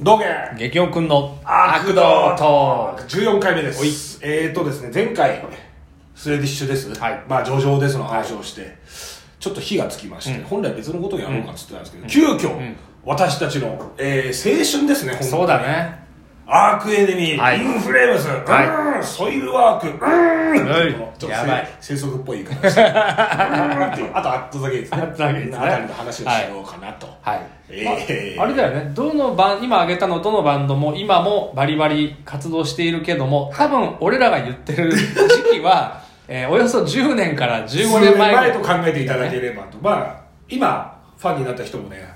道元激おくんの悪道道と14回目ですえーとですね前回スレディッシュです、はいまあ上場ですの話をして、ちょっと火がつきまして、本来別のことをやろうかっつってたんですけど、急遽、ん私たちの、えー青春ですね本当にそうだねアークエネミー、はいインフレームス、いうーんソイルワークうーん、はいちょっとやばいせ生息っぽい言い方でしたうーんっていうあとアットザゲイですねアットザゲイツねあたりの話をしようかなと、はい、えーまあ、あれだよねどのバン今挙げたのどのバンドも今もバリバリ活動しているけども多分俺らが言ってる時期は、 えーおよそ10年から15年前と考えていただければと、まあ今ファンになった人もね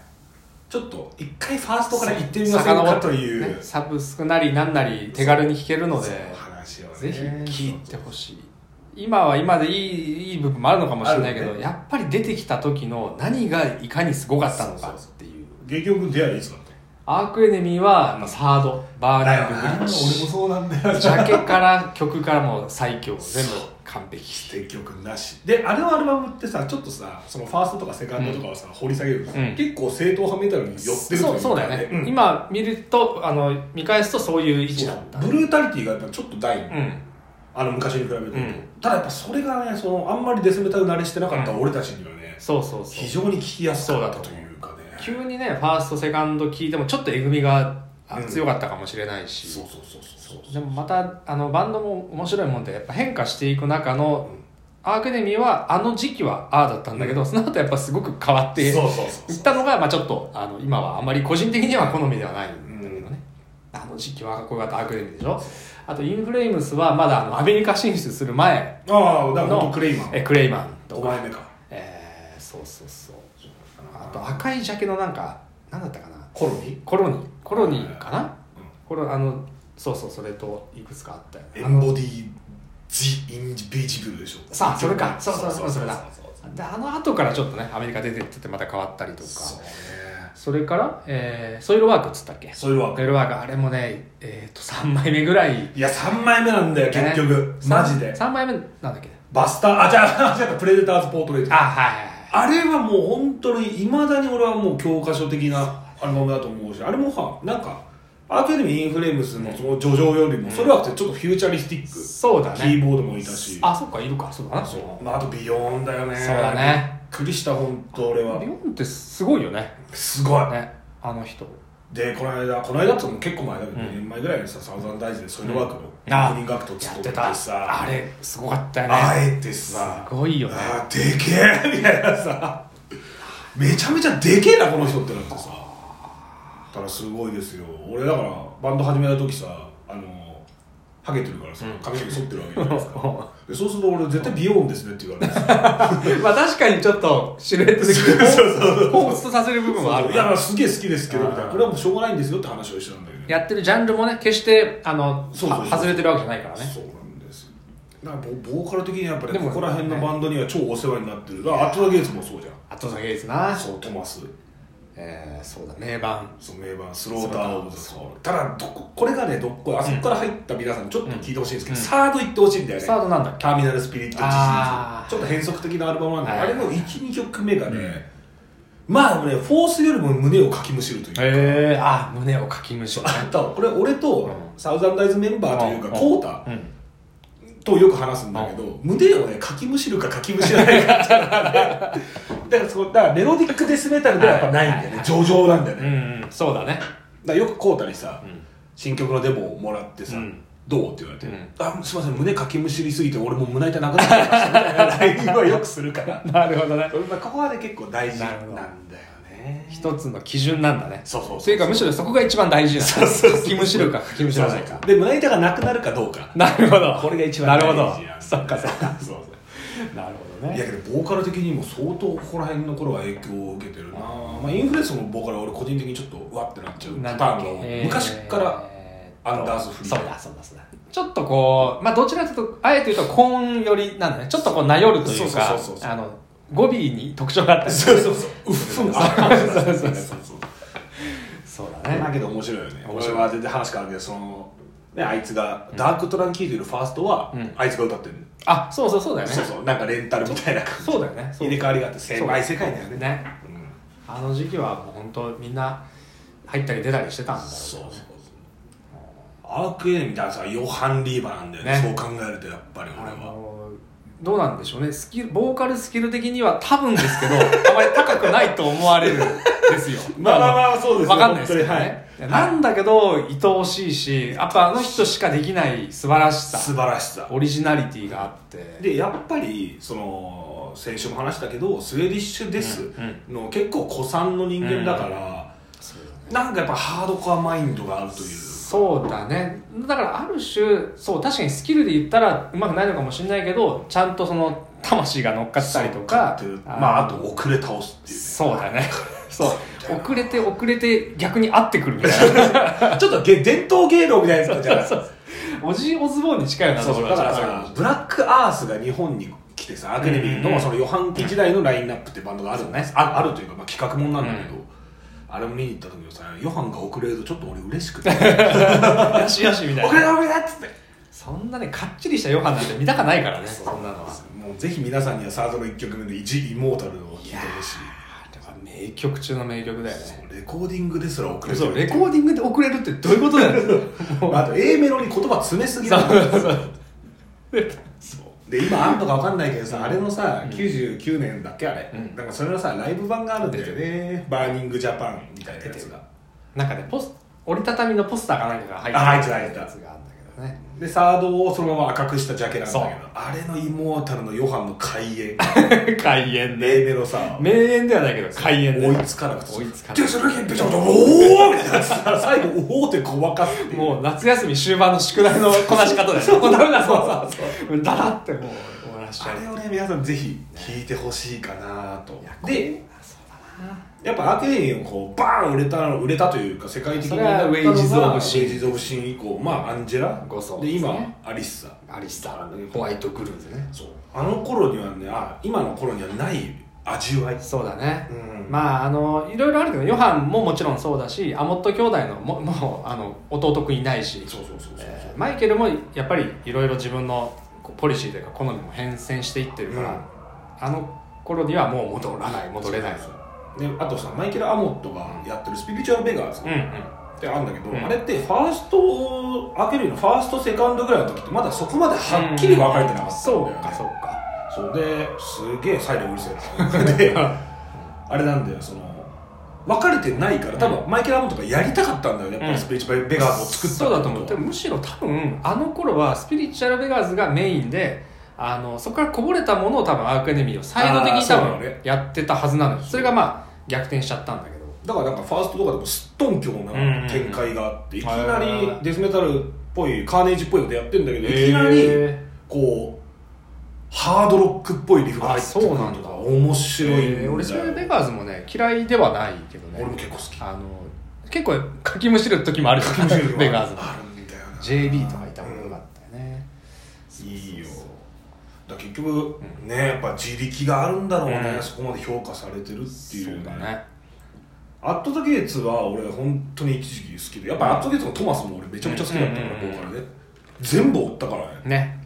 ちょっと一回ファーストから行ってみませんかという、ねサブスクなりなんなり手軽に弾けるのでそう話をねぜひ聞いてほしい今は今でいいいい部分もあるのかもしれないけあど、るねやっぱり出てきた時の何がいかにすごかったのかっていう劇場君出会いいつだってアークエネミーは、まあ、サードバーニングブリ俺ッもジそうなんだ よジャケから曲からもう最強全部完璧全曲なしであれのアルバムってさちょっとさそのファーストとかセカンドとかをさ、掘り下げるとさ、うん結構正統派メタルに寄ってるといそうかそうだよね、ん今見るとあの見返すとそういう位置だったブルータリティがやっぱちょっと大の、うんあの昔に比べると、うんただやっぱそれがねそのあんまりデスメタル慣れしてなかったうん俺たちにはね、そうそうそう非常に聞きやすかったとそうだとい思うかね急にねファーストセカンド聞いてもちょっとえぐみがあうん強かったかもしれないし、そうそうそうそうそうでもまたあのバンドも面白いもんでやっぱ変化していく中の、うんアークネミーはあの時期はああだったんだけど、その後やっぱすごく変わってそうそうそういそうったのが、まあ、ちょっとあの今はあまり個人的には好みではないんだけどね、あの時期はかっこよかったアークネミーでしょあとインフレームスはまだあのアメリカ進出する前ああだからの本当クレイマンえクレイマンと5か枚目かえーそうそうそうあと赤いジャケのなんかなんだったかなコロニコロニーコロニーかな、うんこれあのそうそうそれといくつかあったよエあンのボディ・ジ・インビジブルでしょさあそれかそうそうそうそれだそうそうであの後からちょっとねアメリカ出てっててまた変わったりとかそうそねれから、えーソイルワークっつったっけそソれはイルワークあれもねえっ、と3枚目ぐらいいや3枚目なんだよ結局マジで3枚目なんだっけバスターあじゃあじゃあプレデターズ・ポートレートあはいはいはいあれはもう本当にいまだに俺はもう教科書的なアルバムだと思うしあれもはなんかアーケードミインフレームスのその叙情よりもそれはちょっとフューチャリスティック、そうだキーねボードもいたしあそっかいるかそうだなそう、まあ、あとビヨーンだよねそうだねびっくりした本当俺はビヨンってすごいよねすごいねあの人でこの間この間って言っても結構前だけど、うん2年前ぐらいにさサウザン大臣でソイルワークのあ国学徒つやっっててさたあれすごかったよねあえてさすごいよねあーでけえみたいなさめちゃめちゃでけえなこの人ってなってさだからすごいですよ俺だからバンド始めた時さあのハゲてるからさ髪の毛剃ってるわけじゃないですか でそうすると俺絶対美容ンですねって言われてさまあ確かにちょっとシルエット的に彷彿とさせる部分はあるいやすげえ好きですけどみたいあなーこれはもうしょうがないんですよって話をしてたんだけどやってるジャンルもね決してあのそうそうそうは外れてるわけじゃないからねそうなんですだからボボーカル的にはやっぱりでもここら辺のバンドには超お世話になってるだからアトラゲイツもそうじゃんあとだけですなそうトマスえー、そうだ名盤その名盤スローター・オブ・ザ・ソウルただどここれがねどっこいあそこから入った皆さんちょっと聞いてほしいんですけど、うんサード行ってほしいんだよねサードなんだっけターミナル・スピリット・シリーあズーちょっと変則的なアルバムなんで、はいあれの12曲目がね、まあねフォースよりも胸をかきむしるというか、ええー、あ胸をかきむしょねあんたこれ俺とサウザンダイズメンバーというか、うんコータ、うんとよく話すんだけど、胸をねかきむしるかかきむしら ないかっていうのがあってだからそこだからメロディックデスメタルではやっぱないんだよね上々なんだよね、うだかん、うん、そうだねらよくこうたにさ、ん新曲のデモをもらってさ、うんどうって言われて、うんあすいません胸かきむしりすぎて俺もう胸痛なくなっちゃいましたみたいな LINE はよくするからなるほどねそれまあここはね結構大事ななんるだほよどね一つの基準なんだねそうそうそうというかむしろそこが一番大事なんだかきむしるかかきむしらないかで胸痛がなくなるかどうかなるほどこれが一番大事なるほどなんだよねそっかそっかそうそうなるほどいやけどボーカル的にも相当ここら辺の頃は影響を受けてるなまあ、インフルエンスのボーカルは俺個人的にちょっとうわってなっちゃうパなんターだっけンえの昔からえーっとアンダースフリーそうだそうだそうだちょっとこうまあどちらかというとあえて言うとコーン寄りなんだねちょっとこうなよるというそかうそうそうそうあの語尾に特徴があったりそうそうそううっふんあそうそうそうそうそうそうだだねけど面白いよね面白い俺は全然話変わるけどそのねあいつがダークトランキーというファーストは、うんあいつが歌ってる、あそうそうそうだよねそうそうなんかレンタルみたいな感じそうだよねそう入れ替わりがあって狭い世界だよねねあの時期はもう本当みんな入ったり出たりしてたんだろうそうそうねアークエネミーってあれさヨハン・リーバーなんだよねねそう考えるとやっぱり俺あはのどうなんでしょうねスキルボーカルスキル的には多分ですけど あまり高くないと思われるんですよ まあまあまあそうですわかんないですけどね、いや本当にはいなんだけど愛おしいしやっぱあの人しかできない素晴らし素さ晴らしさオリジナリティがあってでやっぱりその先週も話したけどスウェディッシュデスの結構古参の人間だから、なんかやっぱハードコアマインドがあるというそうだねだからある種そう確かにスキルで言ったらうまくないのかもしれないけどちゃんとその魂が乗っかったりとかそうまああと遅れ倒すっていうそうだ ねそう遅れて遅れて逆に合ってくるみたいなちょっとげ伝統芸能みたいなやつじゃない そうオジー・オズボーンに近いようなそとうこそうろだがからちょっとあるさブラックアースが日本に来てさアークデミーうんうんうのんそのヨハンキ時代のラインナップってバンドがあるんです、ああるというか、まあ、企画もんなんだけど、うんあれも見に行った時もさヨハンが遅れるとちょっと俺嬉しくて よしよしみたい遅れなだ遅れだっつって そんなねかっちりしたヨハンなんて見たかないからねそんなのはもうぜひ皆さんにはサードの1曲目の「イジ・イモータル」を聴いてほしい名曲中の名曲だよねレコーディングですら遅れてそうるレコーディングで遅れるってどういうことだよもうあと A メロに言葉詰めすぎそだうそうで今あんのか分かんないけどさあれのさ、99年だっけあれ、なんかそれのさライブ版があるんだよねバーニングジャパンみたいなやつがなんかねポス折りたたみのポスターかなんかが入ってあ入ってた入ってたやつがあるんだけどねでサードをそのまま赤くしたジャケなんだけそうどあれのイモータルのヨハンの開演 開演 A メでロさ名演ではないけど開演で追いつかなくて追いつかなないくて「ルヒンペチャおお!」みたいなやつさ最後「おお!」ってごまかすっていうもう夏休み終盤の宿題のこなし方だよねそうだそうそうだらってもう終わらしちゃあうれをね皆さんぜひ聞いてほしいかなとででやっぱアーケーディンをこうバーン売れた売れたというか世界的になったのがそれはウェイジズオブシンウェイジズオブシン以降まあアンジェラごそうでですね今アリッサアリスターホワイトグルーズねそうあの頃にはねあ今の頃にはない味わいそうだね、うんまああのいろいろあるけどヨハンももちろんそうだしアモット兄弟のももうあの弟くんいないしそうそうそうそうそうえーマイケルもやっぱりいろいろ自分のこうポリシーというか好みも変遷していってるから、うんあの頃にはもう戻らない戻れないであとさマイケル・アモットがやってるスピリチュアル・ベガーズうんうんってあるんだけど、うんあれってファーストアーケーディンのファーストセカンドぐらいの時ってまだそこまではっきり分かれてなかったんだよそねうかそうかそうですげえサイレンうるせえな であれなんだよその分かれてないから多分マイケル・アモとかやりたかったんだよねやっぱうんりスピリチュアル・ベガーズを作ったそうだってとこ思うはでもむしろ多分あの頃はスピリチュアルベガーズがメインであのそこからこぼれたものを多分アークエネミーをサイド的あーにそう多だよね分やってたはずなのよそれがまあ逆転しちゃったんだけどだからなんかファーストとかでもすっとんきょうな展開があって、うんいきなりデスメタルっぽいカーネージっぽいことやってんだけど、へーいきなりこうハードロックっぽいリフが入ってくるあそうなんとだか面白いんだよ、えー俺スピリチュアルベガーズもね嫌いではないけどね俺も結構好きあの結構かきむしる時もあるじゃんベガーズのあるんだよな JB とかいたものだったよね、いいよだから結局ねやっぱ自力があるんだろうね、うんそこまで評価されてるっていうそうだねアット・ザ・ゲイツは俺本当に一時期好きでやっぱアット・ゲイツのトマスも俺めちゃめちゃ好きだったから、うんうんうんうんボーカルで全部追ったからねね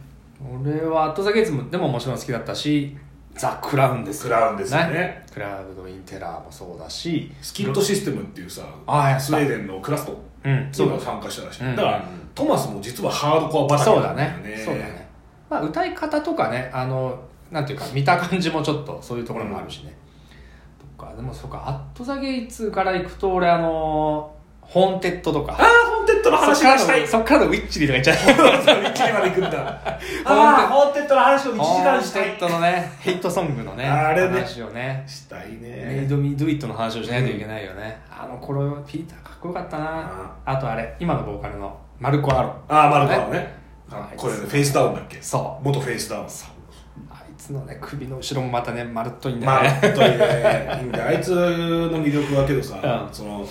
俺はアットザゲイツもでももちろん好きだったしザ・クラウンですクラウンですよねクラウド・イン・テラーもそうだしスキットシステムっていうさああやったスウェーデンのクラストうんそういうのが参加したらしい、うんだからトマスも実はハードコアバラそうだねそうだねまあ歌い方とかねあのなんていうか見た感じもちょっとそういうところもあるしね、とかでもそうかアット・ザ・ゲイツから行くと俺あのホーンテッドとあかあホーンテッドの話がしたいそっからのウィッチリーとか言っちゃう一気にまで行くん だああホーンテッドの話を1時ホー間ンしテたいッドのねヒットソングのねあれね話をねしたいメイねド・ミー・ドゥ・イットの話をしないといけないよね、あの頃ピーターかっこよかったな、あとあれ今のボーカルのマルコ・アロンああマルコアロねはいこれねフェイスダウンだっけそう元フェイスダウンあいつのね首の後ろもまたねまるっといんだまよあね、本当にねいいんだ よあいつの魅力はけどさ、うんその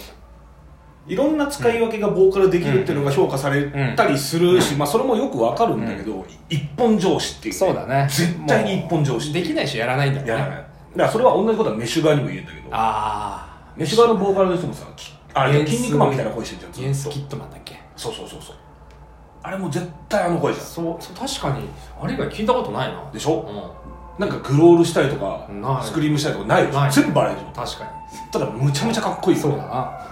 いろんな使い分けがボーカルできるっていうのが評価されたりするし、まあ、それもよくわかるんだけど、一本上司っていう、そうだね絶対に一本上司できないしやらないんだよねやらないだからそれは同じことはメシュガーにも言えんだけどああメシュガーのボーカルの人もさきあイエれンス筋肉マンみたいな声してるじイゃエんンずス・っとキットマンだっけそうそうそうそうあれも絶対あの声じゃそうそう確かにあれ以外聞いたことないなんでしょうんなんかグロールしたりとかないスクリームしたりとかないでしょない全部あれでしょ確かただむちゃめちゃかっこいいによそうだな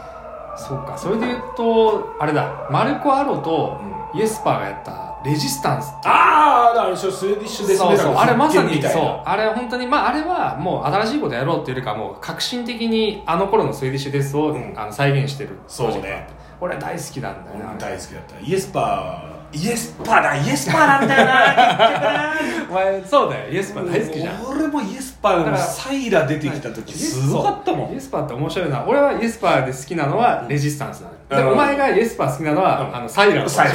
そっかそれで言うとあれだマルコ・アロとイエスパーがやったレジスタンスああだからそれスウェーディッシュデスそメうタそルうのあれまさ実験みにたいなそうあれ本当にまああれはもう新しいことやろうっていうよりかはもう革新的にあの頃のスウェーディッシュデスを、うんあの再現してるそうねプロジェクトだって俺は大好きなんだよ俺ねあもれ大好きだったイエスパーイエスパーだイエスパーなんだよな 結お前そうだよイエスパ局ーな大好きじゃん俺もイエスパーだかのらサイラ出てきた時すごかったもイエんスパーって面白いな俺はイエスパーで好きなのはレジスタンスなのよでうんお前がイエスパー好きなのは、うんあのサイランサイ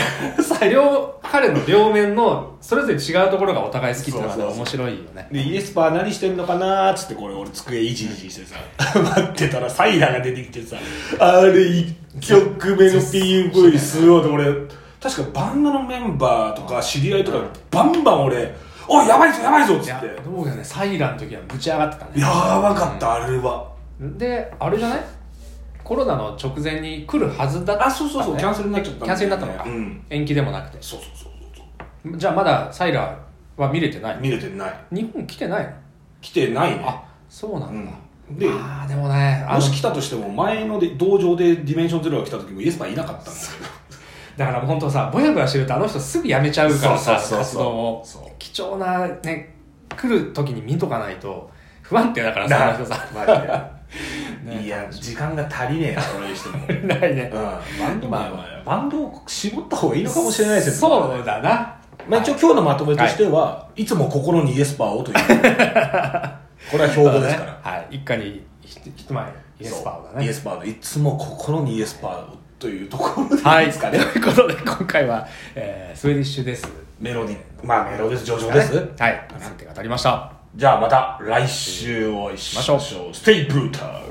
ラ両彼の両面のそれぞれ違うところがお互い好きってのがそうそうそう面白いよねでイエスパー何してんのかなーっつってこれ俺机いじいじしてさ 待ってたらサイラが出てきてさあれ1曲目の PV すごいで俺確かバンドのメンバーとか知り合いとかバンバン俺「おいやばいぞやばいぞ」っいつっやてどうやねサイラの時はぶち上がってたねやばかったあれはであれじゃないコロナの直前に来るはずだった、あそうそうそうキャンセルになっちゃったんキャンセルになったのか、うん延期でもなくてそうそうそうそうじゃあまだサイラは見れてない見れてない日本来てないの来てないねあそうなんだ、うんでああでもねあものし来たとしても前ので道場でディメンションゼロが来た時もイエスパーいなかったんだだからもう本当さぼやぼやしてるとあの人すぐ辞めちゃうからさそうそうそうそう活動をそう貴重なね来る時に見とかないと不安定だからださあの人さけどねいや時間が足りねえなそれにしてもない ねうんバンドマンはバンドを絞った方がいいのかもしれないですよそうだなまあ一応今日のまとめとしては、い、つも心にイエスパーをと いうこれは標語ですから、はい一家にひ一枚イエスパーそだうイねエスパーのいつも心にイエスパーをというところではいいですかね、ということで今回は、えースウェディッシュですメロディまあメロです上々です、はいについて語りましたじゃあまた来週お会いしましょう。しステイブーター